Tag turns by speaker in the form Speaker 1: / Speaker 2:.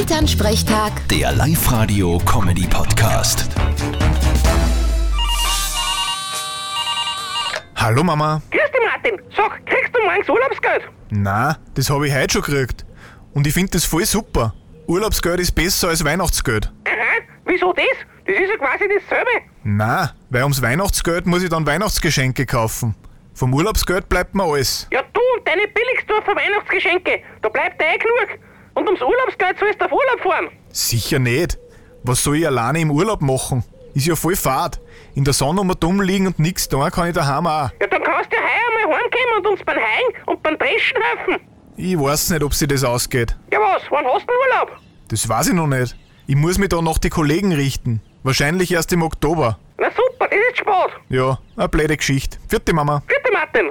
Speaker 1: Elternsprechtag,
Speaker 2: Der Live-Radio-Comedy-Podcast.
Speaker 3: Hallo Mama.
Speaker 4: Grüß dich, Martin. Sag, kriegst du morgens Urlaubsgeld?
Speaker 3: Na, das habe ich heute schon gekriegt. Und ich finde das voll super. Urlaubsgeld ist besser als Weihnachtsgeld.
Speaker 4: Aha, wieso das? Das ist ja quasi dasselbe.
Speaker 3: Na, weil ums Weihnachtsgeld muss ich dann Weihnachtsgeschenke kaufen. Vom Urlaubsgeld bleibt mir alles.
Speaker 4: Ja, du und deine Billigsdorfer Weihnachtsgeschenke, da bleibt dir eh genug. Und ums Urlaubsgeld sollst du auf Urlaub fahren.
Speaker 3: Sicher nicht. Was soll ich alleine im Urlaub machen? Ist ja voll fad. In der Sonne um dumm liegen und nix tun kann ich daheim auch.
Speaker 4: Ja, dann kannst du ja heuer mal heimkommen und uns beim Heien und beim Dreschen helfen.
Speaker 3: Ich weiß nicht, ob sie das ausgeht.
Speaker 4: Ja, was, wann hast du denn Urlaub?
Speaker 3: Das weiß ich noch nicht. Ich muss mich da nach die Kollegen richten. Wahrscheinlich erst im Oktober.
Speaker 4: Na super, das ist Spaß.
Speaker 3: Ja, eine blöde Geschichte. Vierte Mama.
Speaker 4: Bitte, Martin.